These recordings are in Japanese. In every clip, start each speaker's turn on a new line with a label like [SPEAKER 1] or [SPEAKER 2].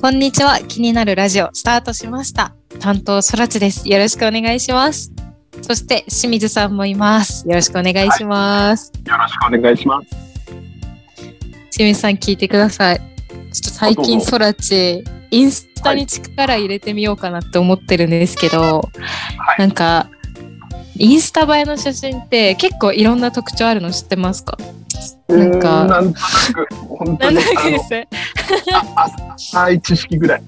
[SPEAKER 1] こんにちは。気になるラジオスタートしました。担当そらちです。よろしくお願いします。そして清水さんもいます。よろしくお願いします。
[SPEAKER 2] はい、よろしくお願いします。
[SPEAKER 1] 清水さん聞いてください。ちょっと最近そらちインスタに力入れてみようかなって思ってるんですけど、はい、なんかインスタ映えの写真って結構いろんな特徴あるの知ってますかなんか。ん
[SPEAKER 2] なんとなく、本当に。浅い知識ぐらい。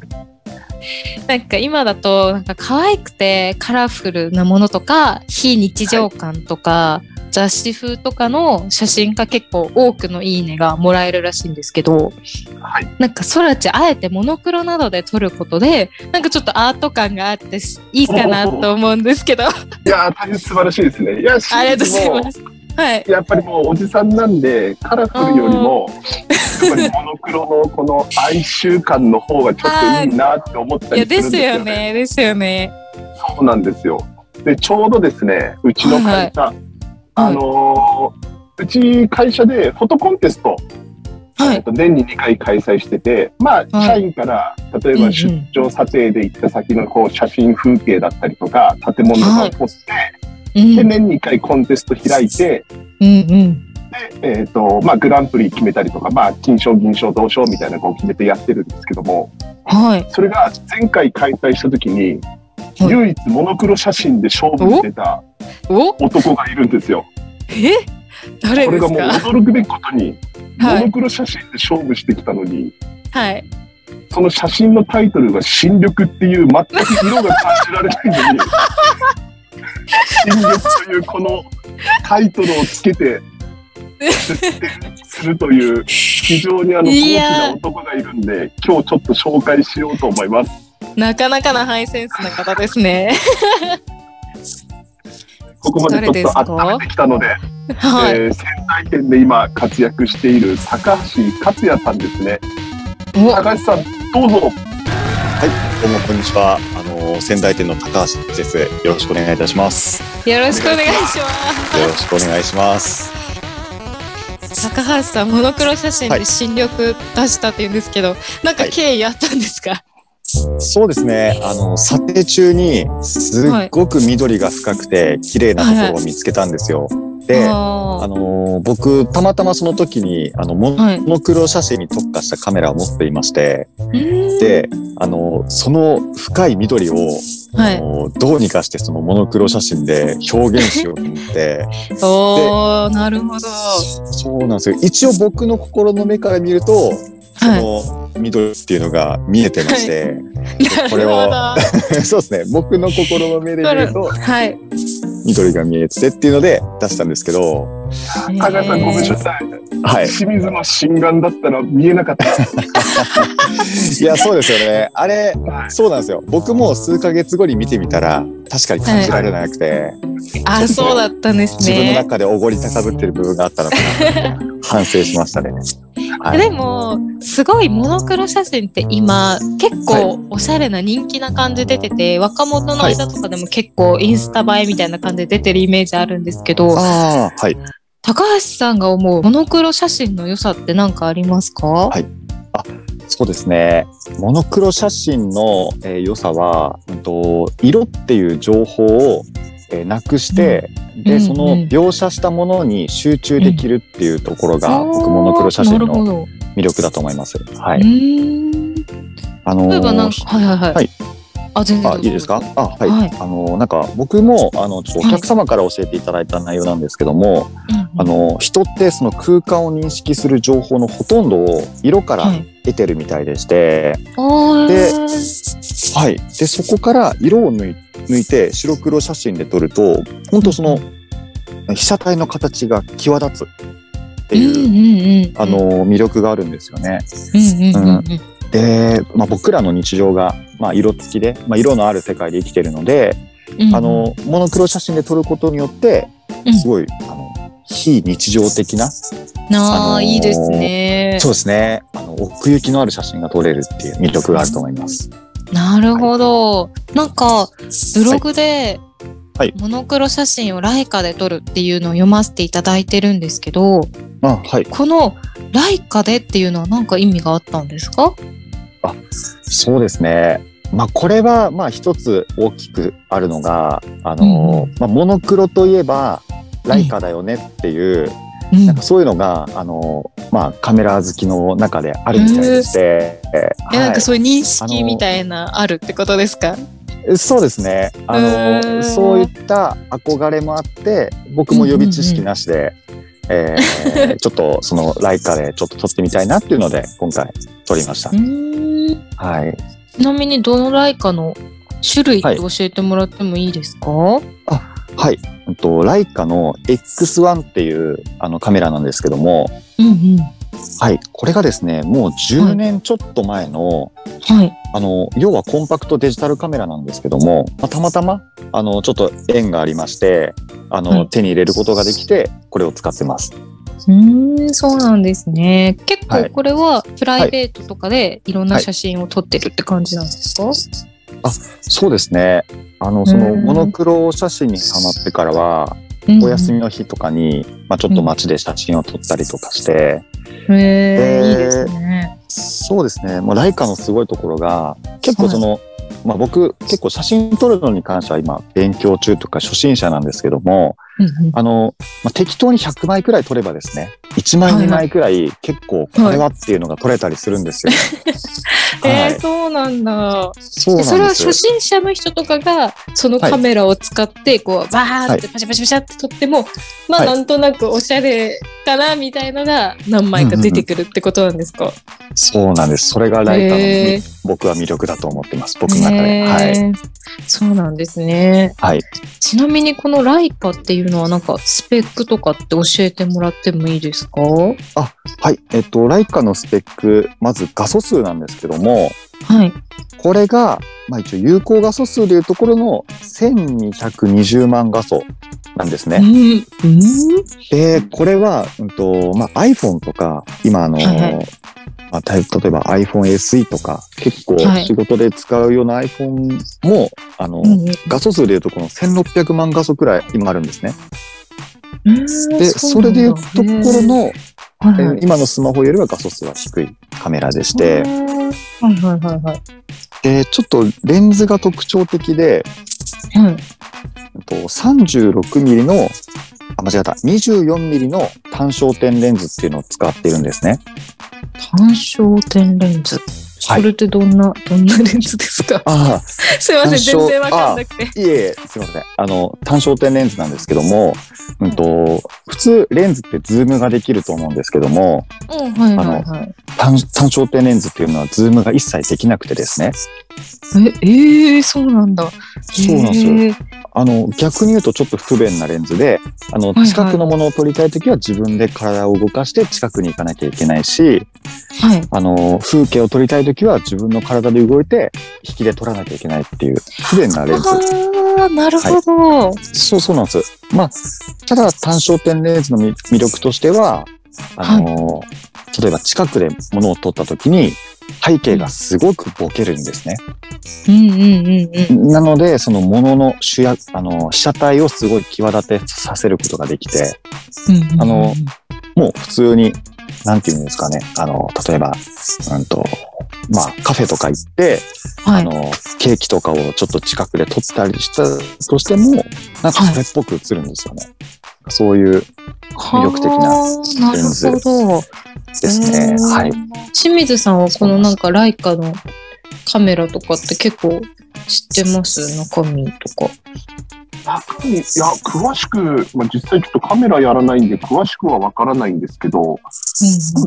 [SPEAKER 1] なんか今だとなんか可愛くてカラフルなものとか非日常感とか、はい、雑誌風とかの写真が結構多くの「いいね」がもらえるらしいんですけど、はい、なんかそらちあえてモノクロなどで撮ることでなんかちょっとアート感があっていいかなと思うんですけ ど
[SPEAKER 2] いや大変素晴らしいですねいや
[SPEAKER 1] ありがとうございますはい、
[SPEAKER 2] やっぱりもうおじさんなんでカラフルよりもやっぱりモノクロのこの哀愁感の方がちょっといいなって思ったりするんですよね。
[SPEAKER 1] ですよね。
[SPEAKER 2] そうなんですよ。でちょうどですねうちの会社、はいはい、あのー、うち会社でフォトコンテスト、はい、年に2回開催しててまあ、社員から例えば出張査定で行った先のこう写真風景だったりとか建物とかを撮って。で年に1回コンテスト開いて、うんうん、でえーとまあ、グランプリ決めたりとか、まあ、金賞銀賞銅賞みたいなのを決めてやってるんですけども、はい、それが前回開催した時に、はい、唯一モノクロ写真で勝負に出た男がいるんですよ。
[SPEAKER 1] え誰
[SPEAKER 2] これがもう驚くべきことに、はい、モノクロ写真で勝負してきたのに、
[SPEAKER 1] はい、
[SPEAKER 2] その写真のタイトルが「新緑」っていう全く色が感じられないのに。新緑というこのタイトルをつけて出展するという非常にあの高貴な男がいるんで今日ちょっと紹介しようと思います
[SPEAKER 1] なかなかなハイセンスな方ですね
[SPEAKER 2] ここまでちょっと温めてきたのでで、はい、えー、仙台県で今活躍している高橋克也さんですね高橋さんどうぞ
[SPEAKER 3] はい、どうもこんにちは。あの仙台店の高橋です。よろしくお願いいたします。。
[SPEAKER 1] よろしくお願いします
[SPEAKER 3] よろしくお願いします。、
[SPEAKER 1] 高橋さん、モノクロ写真で新緑出したって言うんですけど、はい、なんか経緯あったんですか、はい
[SPEAKER 3] そうですね。あの、査定中に、すっごく緑が深くて、綺麗なところを見つけたんですよ。はいはいで、あのー、僕、たまたまその時に、あの、モノクロ写真に特化したカメラを持っていまして、はい、で、あのー、その深い緑を、はい、あのー、どうにかしてそのモノクロ写真で表現しようと思って。
[SPEAKER 1] おなるほど。
[SPEAKER 3] そうなんですよ。一応僕の心の目から見ると、その緑っていうのが見えてまして、
[SPEAKER 1] はい、これを
[SPEAKER 3] そうですね僕の心の目で見る と、
[SPEAKER 1] はい、
[SPEAKER 3] 緑が見えててっていうので出したんですけど
[SPEAKER 2] 高橋さんごめんなさい、はい、清水の心眼だったら見えな かった
[SPEAKER 3] いやそうですよねあれそうなんですよ僕も数か月後に見てみたら確かに感じられなくて、はい、
[SPEAKER 1] あそうだったんですね
[SPEAKER 3] 自分の中でおごり高ぶってる部分があったのか な反省しましたね。
[SPEAKER 1] はい、でもすごいモノクロ写真って今結構おしゃれな人気な感じ出てて、はい、若者の間とかでも結構インスタ映えみたいな感じで出てるイメージあるんですけど、
[SPEAKER 3] はい、
[SPEAKER 1] 高橋さんが思うモノクロ写真の良さって何かありますか、はい、
[SPEAKER 3] あそうですねモノクロ写真の、えー、良さは、うんと、色っていう情報をえー、なくして、うん、で、うんうん、その描写したものに集中できるっていうところが、うん、僕モノクロ写真の魅力だと思います。はい。
[SPEAKER 1] あのー、例えばなんかはいはいはい。はい
[SPEAKER 3] あ全然あいいですかあ、はい、はい、あのなんか僕もあのちょっとお客様から教えていただいた内容なんですけども、はい、あの人ってその空間を認識する情報のほとんどを色から得てるみたいでして、はい、で,、はい、でそこから色を抜い抜いて白黒写真で撮ると本当その被写体の形が際立つっていうあの魅力があるんですよね。で、まあ、僕らの日常が、まあ、色付きで、まあ、色のある世界で生きてるので、うん、あのモノクロ写真で撮ることによってすごい、うん、あの非日常的な。
[SPEAKER 1] ああ、いいですね。
[SPEAKER 3] そうですね。あの奥行きのある写真が撮れるっていう魅力があると思います。
[SPEAKER 1] なるほど。はい、なんかブログで、はい、モノクロ写真をライカで撮るっていうのを読ませていただいてるんですけど、
[SPEAKER 3] あはい、
[SPEAKER 1] このライカでっていうのは何か意味があったんですか
[SPEAKER 3] あそうですね。まあ、これはまあ一つ大きくあるのがあの、
[SPEAKER 1] う
[SPEAKER 3] まあ、モノクロといえばライカだよねっていう、
[SPEAKER 1] うん
[SPEAKER 3] なんかそういうのがあの、まあ、カメラ好きの中であるみたいでして、
[SPEAKER 1] えなんか
[SPEAKER 3] は
[SPEAKER 1] そういう認
[SPEAKER 3] あ
[SPEAKER 1] 識
[SPEAKER 3] の
[SPEAKER 1] みたいなあるってことですか
[SPEAKER 3] い、そうですねあ
[SPEAKER 1] うーん
[SPEAKER 3] のそういった憧れもあって僕も予備知識なしで、えーちょっとそのライカでちょっと撮ってみたいなっていうので今回撮りました
[SPEAKER 1] う。ーん
[SPEAKER 3] はい、
[SPEAKER 1] ちなみにどのライカの種類って
[SPEAKER 3] はい
[SPEAKER 1] 教えてもらってもいいですか、
[SPEAKER 3] はい、うんとライカの X1 っていうあのカメラなんですけども、
[SPEAKER 1] うんうん。
[SPEAKER 3] はい、これがですねもう10年ちょっと前の,、
[SPEAKER 1] はい。
[SPEAKER 3] あの要はコンパクトデジタルカメラなんですけども、まあ、たまたまあのちょっと縁がありましてあの、
[SPEAKER 1] はい
[SPEAKER 3] 手に入れることができてこれを使ってます。
[SPEAKER 1] うーん、そうなんですね。結
[SPEAKER 3] は
[SPEAKER 1] 構
[SPEAKER 3] い
[SPEAKER 1] これはプライベートとかでいろんな写真を撮ってるって感じなんですか、
[SPEAKER 3] そうですねあのその
[SPEAKER 1] うん
[SPEAKER 3] モノクロ写真にハマってからは
[SPEAKER 1] うん
[SPEAKER 3] お休みの日とかに、まあ、ちょっと街で写真を撮ったりとかして。
[SPEAKER 1] へえ
[SPEAKER 3] えー
[SPEAKER 1] いいですね。
[SPEAKER 3] そうですね、もうライカのすごいところが結構その、まあ、僕結構写真撮るのに関しては今勉強中とか初心者なんですけども
[SPEAKER 1] うんうん
[SPEAKER 3] あの、まあ、適当に100枚くらい撮ればですね1枚
[SPEAKER 1] はいはい
[SPEAKER 3] 2枚くらい結構これはっていうのが撮れたりするんですよ。 はい
[SPEAKER 1] えーそうなんだ。
[SPEAKER 3] そう
[SPEAKER 1] でそれ
[SPEAKER 3] な
[SPEAKER 1] は
[SPEAKER 3] んです
[SPEAKER 1] 初心者の人とかがそのカメラを使ってこうバーってパシャパシャパシャって撮っても、まあ
[SPEAKER 3] はい
[SPEAKER 1] なんとなくおしゃれかなみたいなのが何枚か出てくるってことなんですか、
[SPEAKER 3] そうなんですそれがライカの、
[SPEAKER 1] へー
[SPEAKER 3] 僕は魅力だと思ってます僕の中で。はい
[SPEAKER 1] ねえそうなんですね。
[SPEAKER 3] はい
[SPEAKER 1] ちなみにこのライカっていうのはなんかスペックとかって教えてもらってもいいですかは
[SPEAKER 3] はいえっと、ライカのスペックまず画素数なんですけども、
[SPEAKER 1] い。
[SPEAKER 3] これが、まあ、一応有効画素数でいうところの1220万画素なんですね。
[SPEAKER 1] うん。うん
[SPEAKER 3] でこれは、うんとまあ、iPhone とか今あの、
[SPEAKER 1] はいはい
[SPEAKER 3] まあ、た例えば iPhoneSE とか結構
[SPEAKER 1] はい
[SPEAKER 3] 仕事で使うような iPhone も、あの
[SPEAKER 1] うんうん
[SPEAKER 3] 画素数でいうとこの1600万画素くらい今あるんですね。
[SPEAKER 1] うん
[SPEAKER 3] でそれでいうところ、の、
[SPEAKER 1] そうなんだ
[SPEAKER 3] えー
[SPEAKER 1] はいはい
[SPEAKER 3] 今のスマホよりは画素数は低いカメラでして。
[SPEAKER 1] はいはいはいはい。
[SPEAKER 3] でちょっとレンズが特徴的で
[SPEAKER 1] はい
[SPEAKER 3] えっと 36mm のあ間違えた 24mm の単焦点レンズっていうのを使っているんですね。
[SPEAKER 1] 単焦点レンズ。そ
[SPEAKER 3] はい
[SPEAKER 1] れってどんな、どんなレンズです か
[SPEAKER 3] あ
[SPEAKER 1] すいません、
[SPEAKER 3] 単焦
[SPEAKER 1] 全然わかんなくて。
[SPEAKER 3] あいえいえすいませんあの単焦点レンズなんですけども、うん、と普通レンズってズームができると思うんですけども
[SPEAKER 1] うん、はいはいはい。
[SPEAKER 3] 単単焦点レンズっていうのはズームが一切できなくてですね
[SPEAKER 1] え、えー、そうなんだ。
[SPEAKER 3] そうなんですよ
[SPEAKER 1] へー
[SPEAKER 3] あの逆に言うとちょっと不便なレンズであの
[SPEAKER 1] はい
[SPEAKER 3] 近くのものを撮りたい時は自分で体を動かして近くに行かなきゃいけないし、
[SPEAKER 1] はい。
[SPEAKER 3] あの、風景を撮りたいときは自分の体で動いて、引きで撮らなきゃいけないっていう、不便なレンズ。
[SPEAKER 1] ああ、なるほど。
[SPEAKER 3] そうそうなんです。まあ、ただ単焦点レンズの魅魅力としては、あの、例えば近くで物を撮ったときに、背景がすごくボケるんですね。
[SPEAKER 1] うんうんうんうん。
[SPEAKER 3] なので、その物の主役、あの、被写体をすごい際立てさせることができて、あのもう普通に、なんていうんですかね、あの、例えば、うんと、まあ、カフェとか行って、
[SPEAKER 1] は
[SPEAKER 3] あ
[SPEAKER 1] い、
[SPEAKER 3] のケーキとかをちょっと近くで撮ったりしたとしてもなんかそれっぽく映るんですよね。そういう魅力的
[SPEAKER 1] な
[SPEAKER 3] レンズ
[SPEAKER 1] なるほど。
[SPEAKER 3] ですね。
[SPEAKER 1] うん
[SPEAKER 3] はい。
[SPEAKER 1] 清水さんはこのなんかライカのカメラとかって結構知ってます中身とか。
[SPEAKER 2] 中身いや詳しく、まあ、実際ちょっとカメラやらないんで詳しくはわからないんですけど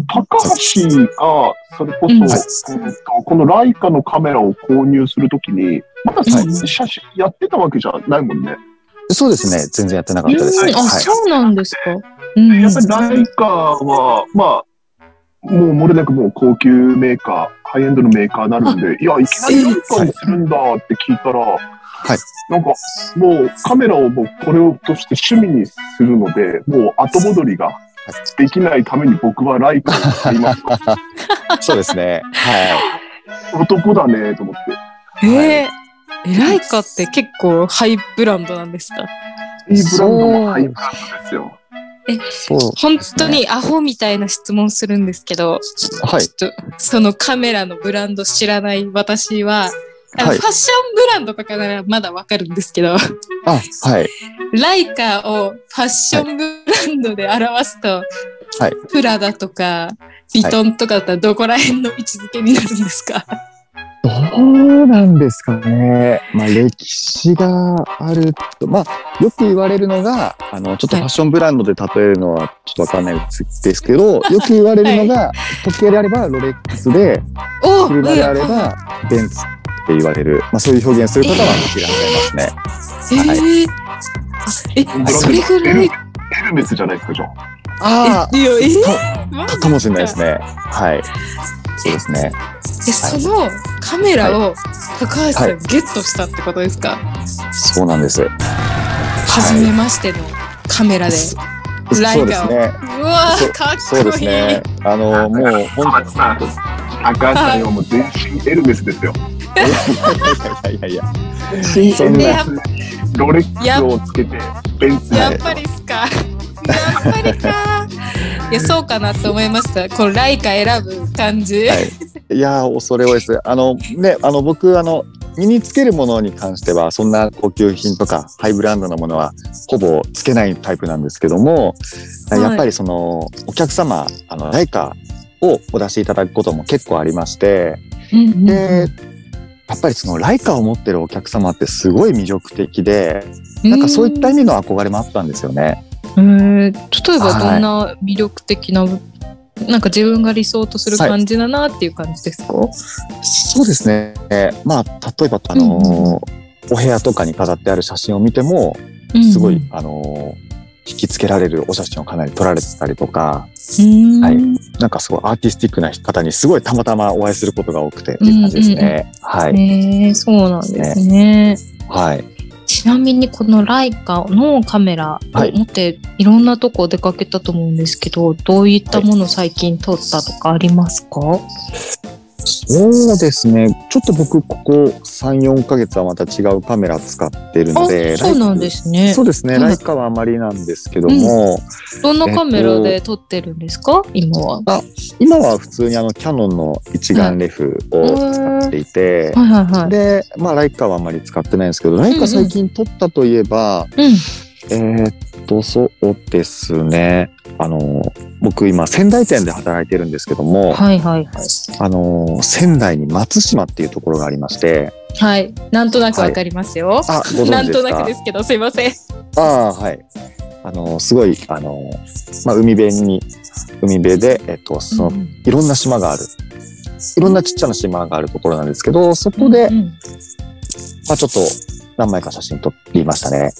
[SPEAKER 2] 高橋がそれ
[SPEAKER 1] う
[SPEAKER 2] こそ、
[SPEAKER 1] ん
[SPEAKER 2] えーとこのライカのカメラを購入するときにまだ
[SPEAKER 3] はい
[SPEAKER 2] 写真やってたわけじゃないもんね。
[SPEAKER 3] そうですね。全然やってなか
[SPEAKER 1] う
[SPEAKER 3] っ
[SPEAKER 1] ん、
[SPEAKER 3] たです。
[SPEAKER 1] うんあ、
[SPEAKER 3] は
[SPEAKER 1] そうなんですか。うんうん
[SPEAKER 2] やっぱりライカはまあもうもれなくもう高級メーカーハイエンドのメーカーになるんでいやいきなりライカにするんだって聞いたら、
[SPEAKER 3] い
[SPEAKER 2] なんかもうカメラをもうこれをとして趣味にするのでもう後戻りができないために僕はライカを買いま した
[SPEAKER 3] い。そうですね。は
[SPEAKER 2] 男だねと思って。
[SPEAKER 1] えー、ライカって結構ハイブランドなんですか。
[SPEAKER 2] いいブランドもハイブランドですよ。
[SPEAKER 3] い。
[SPEAKER 1] え
[SPEAKER 3] そう
[SPEAKER 1] 本当にアホみたいな質問するんですけど、
[SPEAKER 3] はい
[SPEAKER 1] ちょっとそのカメラのブランド知らない私は、あの
[SPEAKER 3] はい
[SPEAKER 1] ファッションブランドとかならまだわかるんです けど、
[SPEAKER 3] あはい
[SPEAKER 1] ライカをファッションブランドで表すと、
[SPEAKER 3] はい
[SPEAKER 1] プラダとか、ヴィトンとかだったらどこら辺の位置づけになるんですか、
[SPEAKER 3] どうなんですかね、まあ、歴史があると、まあ、よく言われるのがあのちょっとファッションブランドで例えるのはちょっとわかんないですけど、よく言われるのが、時計であればロレックスで
[SPEAKER 1] お
[SPEAKER 3] 車であればベンツって言われる、 まあ、そういう表現する方はいらっしゃいますね。
[SPEAKER 1] えー
[SPEAKER 3] はい
[SPEAKER 1] あえ
[SPEAKER 2] ブランド
[SPEAKER 1] それぐらい、
[SPEAKER 2] エルメスじゃないですか、じゃあ。
[SPEAKER 3] あ
[SPEAKER 1] えいやえーマジ
[SPEAKER 3] あかもしれないですね。はい。そうですね。
[SPEAKER 1] えそのカメラを高橋さんゲットしたってことですか、
[SPEAKER 3] そうなんです。
[SPEAKER 1] 初めましてのカメラで、ライ
[SPEAKER 3] そうですね。
[SPEAKER 1] うわ
[SPEAKER 3] そ
[SPEAKER 1] ーかっこい
[SPEAKER 3] そう
[SPEAKER 1] い
[SPEAKER 3] ですね。あの、 もう、
[SPEAKER 2] 小
[SPEAKER 3] 本
[SPEAKER 2] 松さん、高橋さんはもう全身エルメスですよ。
[SPEAKER 3] 当に、いやいやいやいや。
[SPEAKER 2] 新エ
[SPEAKER 3] そ
[SPEAKER 2] ル
[SPEAKER 3] んな
[SPEAKER 2] メスにロレックスをつけて、ベンツ
[SPEAKER 1] や
[SPEAKER 2] で
[SPEAKER 1] っぱりっすかやっぱりかいやそうかなと思いましたこのライカ選ぶ感じ、
[SPEAKER 3] はい いやー、恐れ多いです。あの、ね、あの、僕、あの、身につけるものに関しては、そんな高級品とか、ハイブランドなものは、ほぼつけないタイプなんですけども、
[SPEAKER 1] はい
[SPEAKER 3] やっぱりその、お客様、あの、ライカをお出しいただくことも結構ありまして、
[SPEAKER 1] うんうん
[SPEAKER 3] で、やっぱりそのライカを持ってるお客様ってすごい魅力的で、なんかそういった意味の憧れもあったんですよね。
[SPEAKER 1] うん例えばどんな魅力的な、なんか自分が理想とする感じだなっていう感じですか、
[SPEAKER 3] そうですね。まあ、例えば、あのー
[SPEAKER 1] うんうん
[SPEAKER 3] お部屋とかに飾ってある写真を見ても、
[SPEAKER 1] うん
[SPEAKER 3] すごい、あのー引きつけられるお写真をかなり撮られてたりとか、
[SPEAKER 1] うん
[SPEAKER 3] はいなんかすごいアーティスティックな方にすごいたまたまお会いすることが多くてっていう感じですね。はい。
[SPEAKER 1] ねえそうなんですね。
[SPEAKER 3] はい。
[SPEAKER 1] ちなみにこのライカのカメラを
[SPEAKER 3] はい
[SPEAKER 1] 持っていろんなとこ出かけたと思うんですけど、どういったもの最近撮ったとかありますか、
[SPEAKER 3] そうですね。ちょっと僕、ここ3、4ヶ月はまた違うカメラ使ってるので、
[SPEAKER 1] あそうなんですね
[SPEAKER 3] そうですね。
[SPEAKER 1] はい
[SPEAKER 3] ライカはあまりなんですけども、
[SPEAKER 1] どんなカメラで撮ってるんですか、今は。
[SPEAKER 3] 今は普通にあのキャノンの一眼レフを使っていて、
[SPEAKER 1] はいはいはい。
[SPEAKER 3] で、まあ、ライカはあんまり使ってないんですけど、ライカ最近撮ったといえば、
[SPEAKER 1] うん、
[SPEAKER 3] えーっと、そうですね。あの、僕今仙台店で働いてるんですけども、
[SPEAKER 1] はいはいは
[SPEAKER 3] あの、仙台に松島っていうところがありまして、
[SPEAKER 1] い。はい、なんとなくわかりますよ。
[SPEAKER 3] あ、ご存知ですか
[SPEAKER 1] なんとなくですけど、すいません。
[SPEAKER 3] ああー、はい。あの、すごい、あの、まあ、海辺に、海辺で、えっと、その、いろんな島がある。いろんなちっちゃな島があるところなんですけど、そこで、
[SPEAKER 1] うん
[SPEAKER 3] まあ、ちょっと何枚か写真撮りましたね。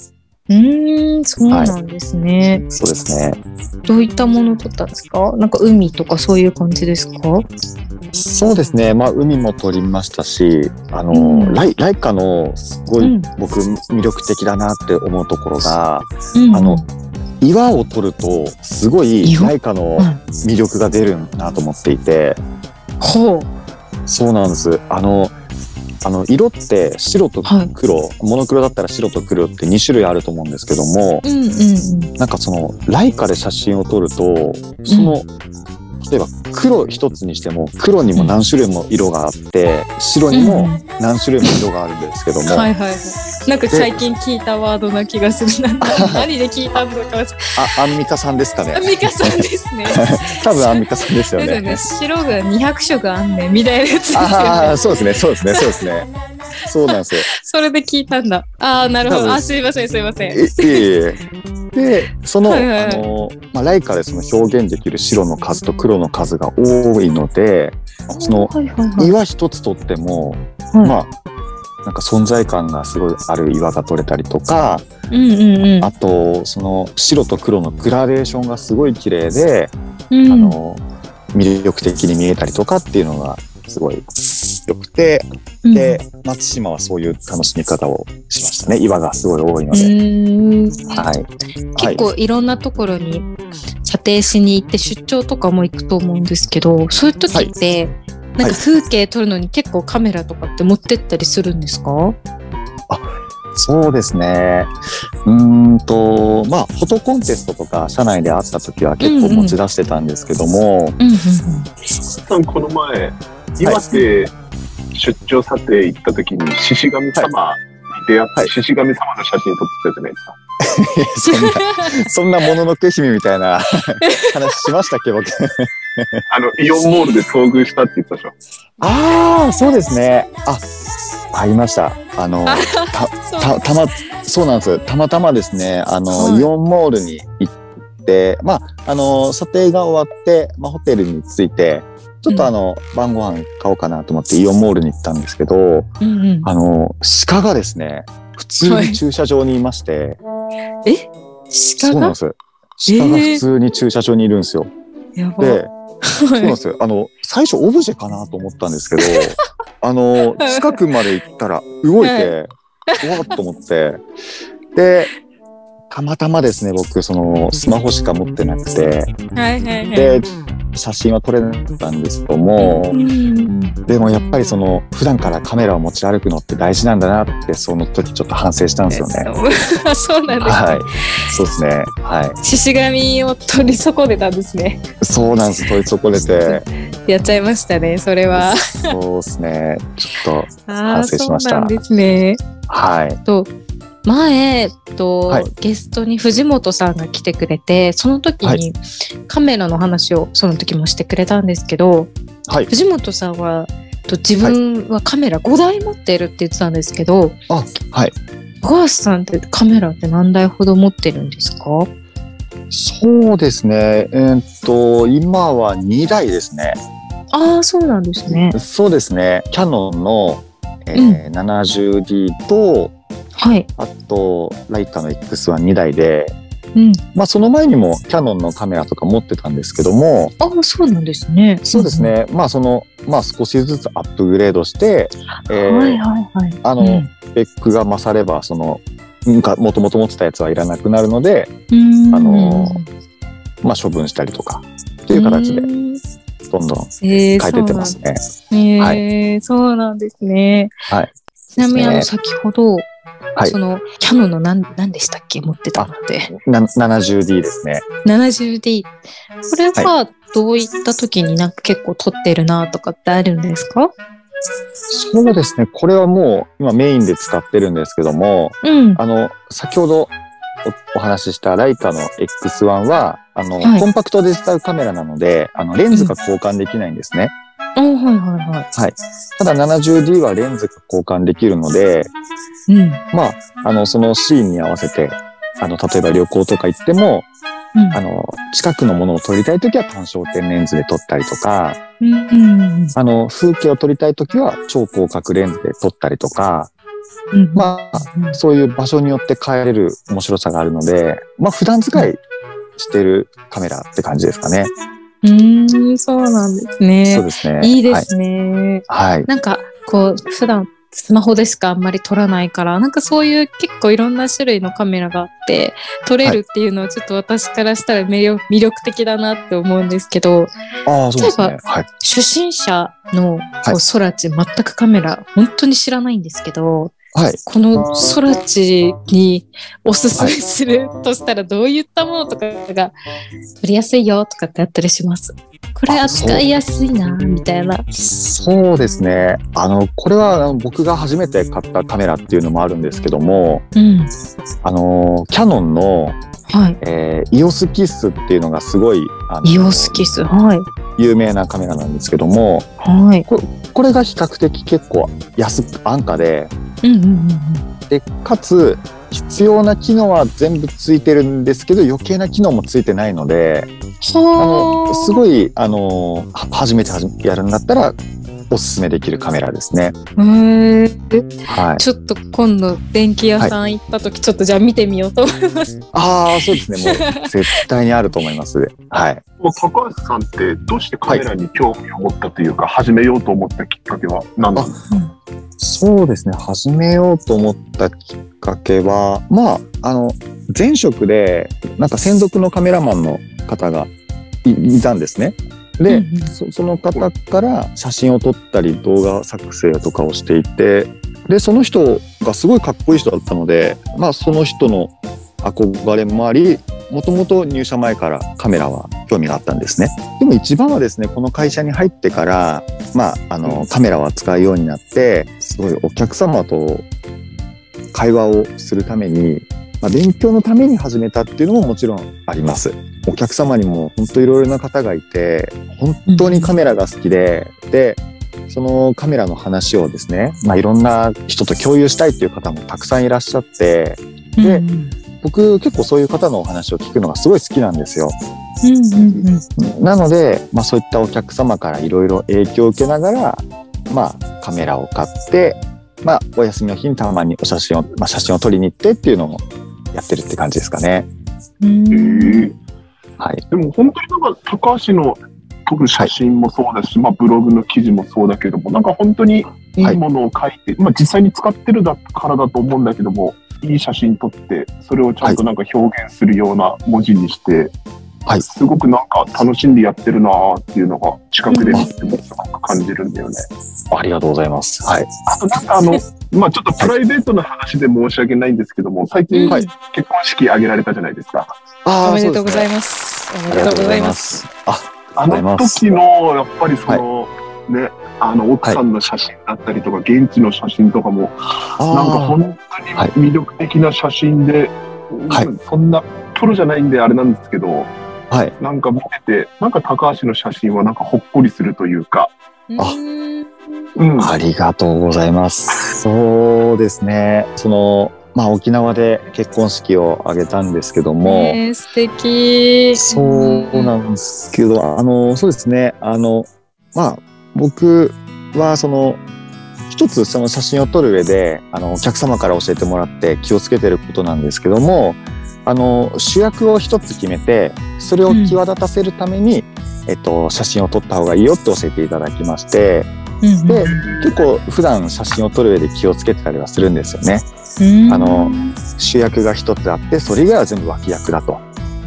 [SPEAKER 1] うん、うーんそうなんですね、
[SPEAKER 3] そうですね。
[SPEAKER 1] どういったもの撮ったんですかなんか海とかそういう感じですか
[SPEAKER 3] そうですね。まあ、海も撮りましたし、あの、
[SPEAKER 1] うん
[SPEAKER 3] ライライカのすご
[SPEAKER 1] うん
[SPEAKER 3] い僕魅力的だなって思うところが、
[SPEAKER 1] うん
[SPEAKER 3] あの、岩を撮るとすごい
[SPEAKER 1] 岩
[SPEAKER 3] ライカの魅力が出るなと思っていて、
[SPEAKER 1] ほう。
[SPEAKER 3] そうなんです。あの、あの色って白と黒、モノクロだったら白と黒って2種類あると思うんですけども、
[SPEAKER 1] うんうんうん。
[SPEAKER 3] なんかそのライカで写真を撮るとその、例えば黒一つにしても黒にも何種類も色があって白に
[SPEAKER 1] うん
[SPEAKER 3] も何種類も色があるんですけども、
[SPEAKER 1] はいはいはい。なんか最近聞いたワードな気がする。なんか 何で聞いたのか忘れ。
[SPEAKER 3] あアンミカさんですかね
[SPEAKER 1] アンミカさんです ね。
[SPEAKER 3] 多分アンミカさんですよ
[SPEAKER 1] ですよ
[SPEAKER 3] ね。
[SPEAKER 1] ね。白が200色あんねんみたいなやつですよ
[SPEAKER 3] あ
[SPEAKER 1] ね。
[SPEAKER 3] あそうですねそうですねそうですねそうなん ですよ。
[SPEAKER 1] それで聞いたんだ。ああ、なるほ
[SPEAKER 3] 多
[SPEAKER 1] ど。
[SPEAKER 3] 分
[SPEAKER 1] あ、すいません、すいません。
[SPEAKER 3] いいえいえでその,、
[SPEAKER 1] はいはいはい
[SPEAKER 3] あのまあ、ライカでその表現できる白の数と黒の数が多いのでその
[SPEAKER 1] はいはいはい。
[SPEAKER 3] 岩一つとっても、
[SPEAKER 1] はい
[SPEAKER 3] まあなんか存在感がすごいある岩が取れたりとか、
[SPEAKER 1] うんうんうん。
[SPEAKER 3] あとその白と黒のグラデーションがすごい綺麗で、
[SPEAKER 1] うん
[SPEAKER 3] あの魅力的に見えたりとかっていうのがすごい良くて、
[SPEAKER 1] うん
[SPEAKER 3] で松島はそういう楽しみ方をしましたね岩がすごい多いの
[SPEAKER 1] う
[SPEAKER 3] で。
[SPEAKER 1] ーん
[SPEAKER 3] はい、
[SPEAKER 1] 結構いろんなところに査定しに行って出張とかも行くと思うんですけどそういう時って、なんか風景撮るのに結構カメラとかって持ってったりするんですか、
[SPEAKER 3] あそうですね。うーんと、まあ、フォトコンテストとか、社内であった時は結構持ち出してたんですけども、
[SPEAKER 1] うん うん
[SPEAKER 2] さんこの前岩手出張査定行った時に獅子神様に出会って、
[SPEAKER 3] はい
[SPEAKER 2] 獅子神様の写真撮ってたじゃないですか。
[SPEAKER 3] そんな、そんなもののけ姫みたいな 話しましたっ け、僕。
[SPEAKER 2] あの、イオンモールで遭遇したって言ったでしょ。
[SPEAKER 3] ああ、そうですね。あ、ありました。あの、た、たま、そうなんです。たまたまですね、あの、
[SPEAKER 1] はい
[SPEAKER 3] イオンモールに行って、まあ、あの、査定が終わって、まあ、ホテルに着いて、ちょっとあの、晩ご飯買おうかなと思ってイオンモールに行ったんですけど、
[SPEAKER 1] うんうん
[SPEAKER 3] あの、鹿がですね、普通に駐車場にいまして、
[SPEAKER 1] 鹿
[SPEAKER 3] そうなん
[SPEAKER 1] が
[SPEAKER 3] です。鹿が普通に駐車場にいるんですよ。
[SPEAKER 1] やば
[SPEAKER 3] で、そうな
[SPEAKER 1] は
[SPEAKER 3] んで
[SPEAKER 1] い
[SPEAKER 3] すよ。あの、最初オブジェかなと思ったんです けど、あの、近くまで行ったら動い
[SPEAKER 1] はい
[SPEAKER 3] て、うわーっと思って、で、たまたまですね、僕、その、スマホしか持ってなくて、
[SPEAKER 1] はいはいはい
[SPEAKER 3] で、写真は撮れなかったんですけども
[SPEAKER 1] う、ん
[SPEAKER 3] でもやっぱりその、普段からカメラを持ち歩くのって大事なんだなって、その時ちょっと反省したんですよね。
[SPEAKER 1] あ そうなんです
[SPEAKER 3] は
[SPEAKER 1] ね
[SPEAKER 3] い。そうですね。は
[SPEAKER 1] 獅子神を取り損ねたんですね
[SPEAKER 3] い。そうなんです。取り損ねて。
[SPEAKER 1] やっちゃいましたねそれは
[SPEAKER 3] そうですね。ちょっ
[SPEAKER 1] ああ
[SPEAKER 3] 反省しました
[SPEAKER 1] そうなんですね
[SPEAKER 3] と、はい。
[SPEAKER 1] と前、えっと
[SPEAKER 3] はい
[SPEAKER 1] ゲストに藤本さんが来てくれてその時
[SPEAKER 3] は
[SPEAKER 1] にカメラの話をその時もしてくれたんですけど、
[SPEAKER 3] はい。
[SPEAKER 1] 藤本さんはえっと自分はカメラ5台持ってるって言ってたんですけど、
[SPEAKER 3] あ、はい。
[SPEAKER 1] 高橋さんってカメラって何台ほど持ってるんですか
[SPEAKER 3] そうですね。えーっと、今は2台ですね。
[SPEAKER 1] ああそうなんですね
[SPEAKER 3] そうですね。キャノンの、えー 70D と、
[SPEAKER 1] はい、
[SPEAKER 3] あと、ライカの X12 台で、
[SPEAKER 1] うん、
[SPEAKER 3] まあ、その前にもキャノンのカメラとか持ってたんですけども、
[SPEAKER 1] ああそうなんですね
[SPEAKER 3] そうですね。まあ、その、まあ、少しずつアップグレードして、えー
[SPEAKER 1] はいはいはい
[SPEAKER 3] あの、
[SPEAKER 1] うん
[SPEAKER 3] スペックが勝れば、その、うんかもともと持ってたやつはいらなくなるので、
[SPEAKER 1] うん
[SPEAKER 3] あのまあ、処分したりとか、っていう形で
[SPEAKER 1] う、ん
[SPEAKER 3] どんどん
[SPEAKER 1] えー
[SPEAKER 3] 変えてってますね。
[SPEAKER 1] え
[SPEAKER 3] はい
[SPEAKER 1] ーそうなんですね。
[SPEAKER 3] はい
[SPEAKER 1] ちなみに、あの、
[SPEAKER 3] ね
[SPEAKER 1] 先ほど、
[SPEAKER 3] はい
[SPEAKER 1] その、キャノンの何、何でしたっけ持ってたのって。
[SPEAKER 3] な 70D ですね。
[SPEAKER 1] 70D。これは、どういった時になんか結構撮ってるなとかってあるんですか
[SPEAKER 3] そうですね。これはもう今メインで使ってるんですけども、
[SPEAKER 1] うん。
[SPEAKER 3] あの、先ほどおお話ししたライカの X1 は、あの、
[SPEAKER 1] はい
[SPEAKER 3] コンパクトデジタルカメラなので、あの、レンズが交換できないんですね。
[SPEAKER 1] あはいはいは
[SPEAKER 3] ただ 70D はレンズが交換できるので、
[SPEAKER 1] い。うん。
[SPEAKER 3] まあ、あの、そのシーンに合わせて、あの、例えば旅行とか行っても、あの、近くのものを撮りたいときは単焦点レンズで撮ったりとか、
[SPEAKER 1] うん。うん。
[SPEAKER 3] あの、風景を撮りたいときは超広角レンズで撮ったりとか、
[SPEAKER 1] うん。
[SPEAKER 3] まあ、
[SPEAKER 1] うん
[SPEAKER 3] そういう場所によって変えれる面白さがあるので、まあ普段使いしてるカメラって感じですかね。
[SPEAKER 1] うーん、そうなんです
[SPEAKER 3] そう
[SPEAKER 1] ね。
[SPEAKER 3] ですね。
[SPEAKER 1] いいですね。
[SPEAKER 3] はい。はい。
[SPEAKER 1] なんかこう普段スマホでしかあんまり撮らないからなんかそういう結構いろんな種類のカメラがあって撮れるっていうのはちょっと私からしたら魅力魅力的だなって思うんですけど
[SPEAKER 3] ああ、そうです
[SPEAKER 1] 例
[SPEAKER 3] ね。はい。
[SPEAKER 1] 初心者のこ
[SPEAKER 3] いう
[SPEAKER 1] 空知全くカメラ本当に知らないんですけど
[SPEAKER 3] はい。
[SPEAKER 1] この空知におすすめするとしたらどういったものとかが撮りやすいよとかってあったりしますこれ
[SPEAKER 3] あそう
[SPEAKER 1] 扱いやすいなみたいな。
[SPEAKER 3] そうですね。あの、これはあの僕が初めて買ったカメラっていうのもあるんですけども、
[SPEAKER 1] うん。
[SPEAKER 3] あの、キャノンの、
[SPEAKER 1] はい。
[SPEAKER 3] えーイオスキスっていうのがすごい、あの
[SPEAKER 1] イオスキス。はい。
[SPEAKER 3] 有名なカメラなんですけども、
[SPEAKER 1] はい。
[SPEAKER 3] これが比較的結構安く、安価で、
[SPEAKER 1] うんうんうんうん。
[SPEAKER 3] でかつ必要な機能は全部ついてるんですけど余計な機能もついてないのであ
[SPEAKER 1] は
[SPEAKER 3] の
[SPEAKER 1] あ。
[SPEAKER 3] すごいあのは初めて始めやるんだったらおすすめできるカメラですね。
[SPEAKER 1] へー
[SPEAKER 3] はい、
[SPEAKER 1] ちょっと今度電気屋さん行った時、ちょっとじゃあ見てみようと思います。
[SPEAKER 3] ああそうですねもう絶対にあると思います。はい、
[SPEAKER 2] もう高橋さんってどうしてカメラに興味を持ったというか、始めようと思ったきっかけは何なんですか
[SPEAKER 3] そうですね始めようと思ったきっかけはまああの前職でなんか専属のカメラマンの方がいいたんですね。で、
[SPEAKER 1] うんうん
[SPEAKER 3] そその方から写真を撮ったり動画作成とかをしていてでその人がすごいかっこいい人だったので、まあ、その人の憧れもありもともと入社前からカメラは興味があったんですねでも一番はですねこの会社に入ってから、まあ、あのカメラは使うようになってすごいお客様と会話をするために、まあ、勉強のために始めたっていうのももちろんあります。お客様にも本当いろいろな方がいて本当にカメラが好きで、でそのカメラの話をですね、まあ、いろんな人と共有したいっていう方もたくさんいらっしゃってで、うん、僕結構そういう方のお話を聞くのがすごい好きなんですよ。うんうんうん、なので、まあ、そういったお客様からいろいろ影響を受けながら、まあ、カメラを買って、まあ、お休みの日にたまにお写真を、まあ、写真を撮りに行ってっていうのをやってるって感じですかね。
[SPEAKER 2] うん、
[SPEAKER 3] はい、
[SPEAKER 2] でも本当になんか高橋の撮る写真もそうだし、はい、まあ、ブログの記事もそうだけどもなんか本当にいいものを書いて、はい、まあ、実際に使ってるだからだと思うんだけどもいい写真撮ってそれをちゃんとなんか表現するような文字にして、はい、すごくなんか楽しんでやってるなーっていうのが近くで見てもすごく感じるんだよね。
[SPEAKER 3] ありがとうございます。はい、
[SPEAKER 2] あとなんかあの まあちょっとプライベートな話で申し訳ないんですけども、最近、結婚式挙げられたじゃないですか。
[SPEAKER 1] あおめでとうございます。おめでとうございます。
[SPEAKER 3] あ
[SPEAKER 2] あの時のやっぱりその、はい、ねあの奥さんの写真だったりとか、はい、現地の写真とかもなんか本当に魅力的な写真で、はい、そんなプロじゃないんであれなんですけど、
[SPEAKER 3] はい、
[SPEAKER 2] なんか見ててなんか高橋の写真はなんかほっこりするというか。
[SPEAKER 3] あうん、ありがとうございます。そうですね。そのまあ、沖縄で結婚式を挙げたんですけども、
[SPEAKER 1] えー、素敵
[SPEAKER 3] そうなんですけどあのそうですねあのまあ僕はその一つその写真を撮る上であのお客様から教えてもらって気をつけてることなんですけどもあの主役を一つ決めてそれを際立たせるために、うん、えっと、写真を撮った方がいいよって教えていただきまして。で結構普段写真を撮る上で気をつけてたりはするんですよね。あの主役が一つあってそれ以外は全部脇役だと。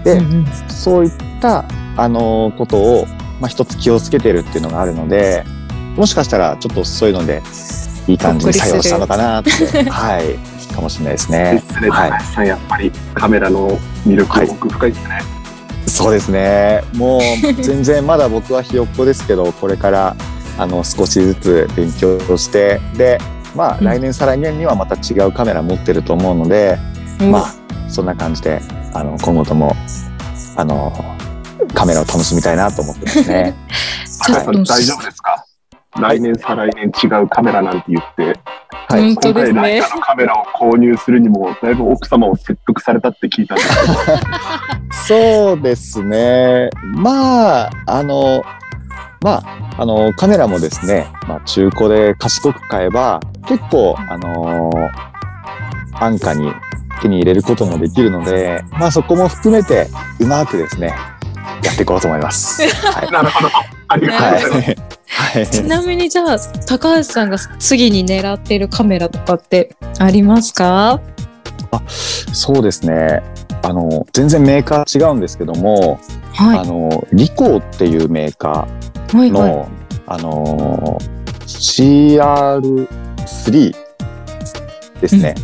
[SPEAKER 3] で、うんうん、そういったあのことを、まあ、一つ気をつけてるっていうのがあるのでもしかしたらちょっとそういうのでいい感じに作用したのかなってはいかもしれないですね。、
[SPEAKER 2] すねはい、やっぱりカメラの魅力奥深いですね。はい
[SPEAKER 3] そうですねもう全然まだ僕はひよっこですけどこれからあの少しずつ勉強してでまあ来年再来年にはまた違うカメラ持ってると思うので、うん、まあそんな感じであの今後ともあのカメラを楽しみたいなと思ってますね。
[SPEAKER 2] 大丈夫ですか来年再来年違うカメラなんて言って、
[SPEAKER 1] はい、本当ですね。
[SPEAKER 2] カメラを購入するにもだいぶ奥様を説得されたって聞いた んです
[SPEAKER 3] けど。そうですね。まああのまあ、あのカメラもですね、まあ、中古で賢く買えば結構、あのー、安価に手に入れることもできるので、まあ、そこも含めてうまくですねやっていこうと思います。
[SPEAKER 2] はい、なるほどありがとうございます。
[SPEAKER 1] はい、ちなみにじゃあ高橋さんが次に狙っているカメラとかってありますか
[SPEAKER 3] あそうですねあの全然メーカー違うんですけども、はい、あのリコーっていうメーカーの、はいはい、あのー、CR3 ですね。
[SPEAKER 1] うん、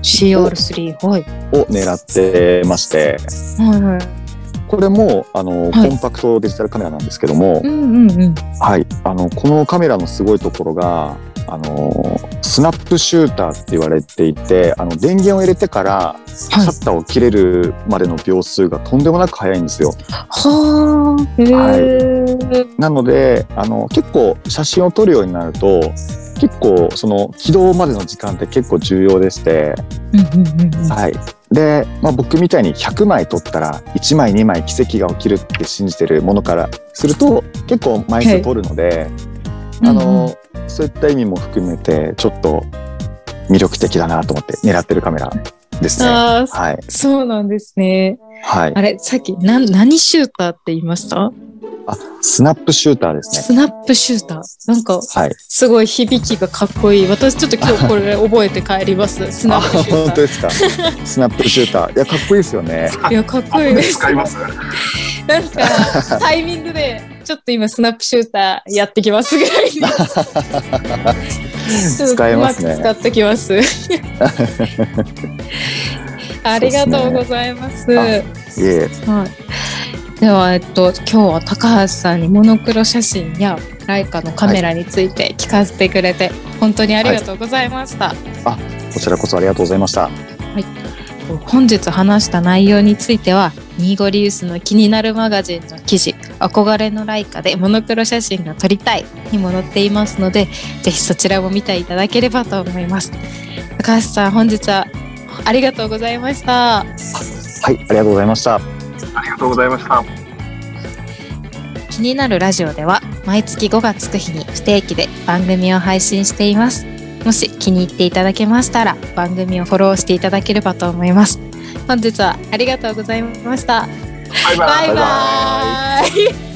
[SPEAKER 1] CR3 はい。
[SPEAKER 3] を狙ってまして、
[SPEAKER 1] はいはい、
[SPEAKER 3] これも、あのーはい、コンパクトデジタルカメラなんですけども、はいあのこのカメラのすごいところが、あのー、スナップシューターって言われていてあの電源を入れてからシャッターを切れるまでの秒数がとんでもなく早いんですよ。
[SPEAKER 1] はあ、へ、
[SPEAKER 3] はい、なのであの結構写真を撮るようになると結構その起動までの時間って結構重要でして、はい、で、まあ、僕みたいに100枚撮ったら1枚2枚奇跡が起きるって信じてるものからすると結構枚数撮るので。あの、うんうん、そういった意味も含めてちょっと魅力的だなと思って狙ってるカメラですね。はい
[SPEAKER 1] そうなんですね。
[SPEAKER 3] はい、
[SPEAKER 1] あれさっきな何シューターって言いました
[SPEAKER 3] あスナップシューターですね。
[SPEAKER 1] スナップシューター。なんか、はい、すごい響きがかっこいい。私ちょっと今日これ覚えて帰ります。スナップシューター。
[SPEAKER 3] 本当ですか。 スナップシューター。いや、かっこいいですよね。
[SPEAKER 1] いや、かっこいいです。
[SPEAKER 2] 使います。
[SPEAKER 1] なんか、タイミングで、ちょっと今スナップシューターやってきますぐらい。
[SPEAKER 3] 使えますね
[SPEAKER 1] うまく使ってき ます。ありがとうございます。
[SPEAKER 3] いえ
[SPEAKER 1] はい。では、えっと、今日は高橋さんにモノクロ写真やライカのカメラについて聞かせてくれて、本当にありがとうございました。
[SPEAKER 3] こちらこそありがとうございました。
[SPEAKER 1] 本日話した内容についてはニーゴリウスの気になるマガジンの記事「憧れのライカ」でモノクロ写真が撮りたいにも載っていますのでぜひそちらも見ていただければと思います高橋さん本日はありがとうございました
[SPEAKER 3] はい、ありがとうございました。
[SPEAKER 2] ありがとうございました。
[SPEAKER 1] 気になるラジオでは毎月5がつく日に不定期で番組を配信していますもし気に入っていただけましたら番組をフォローしていただければと思います本日はありがとうございました
[SPEAKER 2] バイバイ。
[SPEAKER 1] バイバイ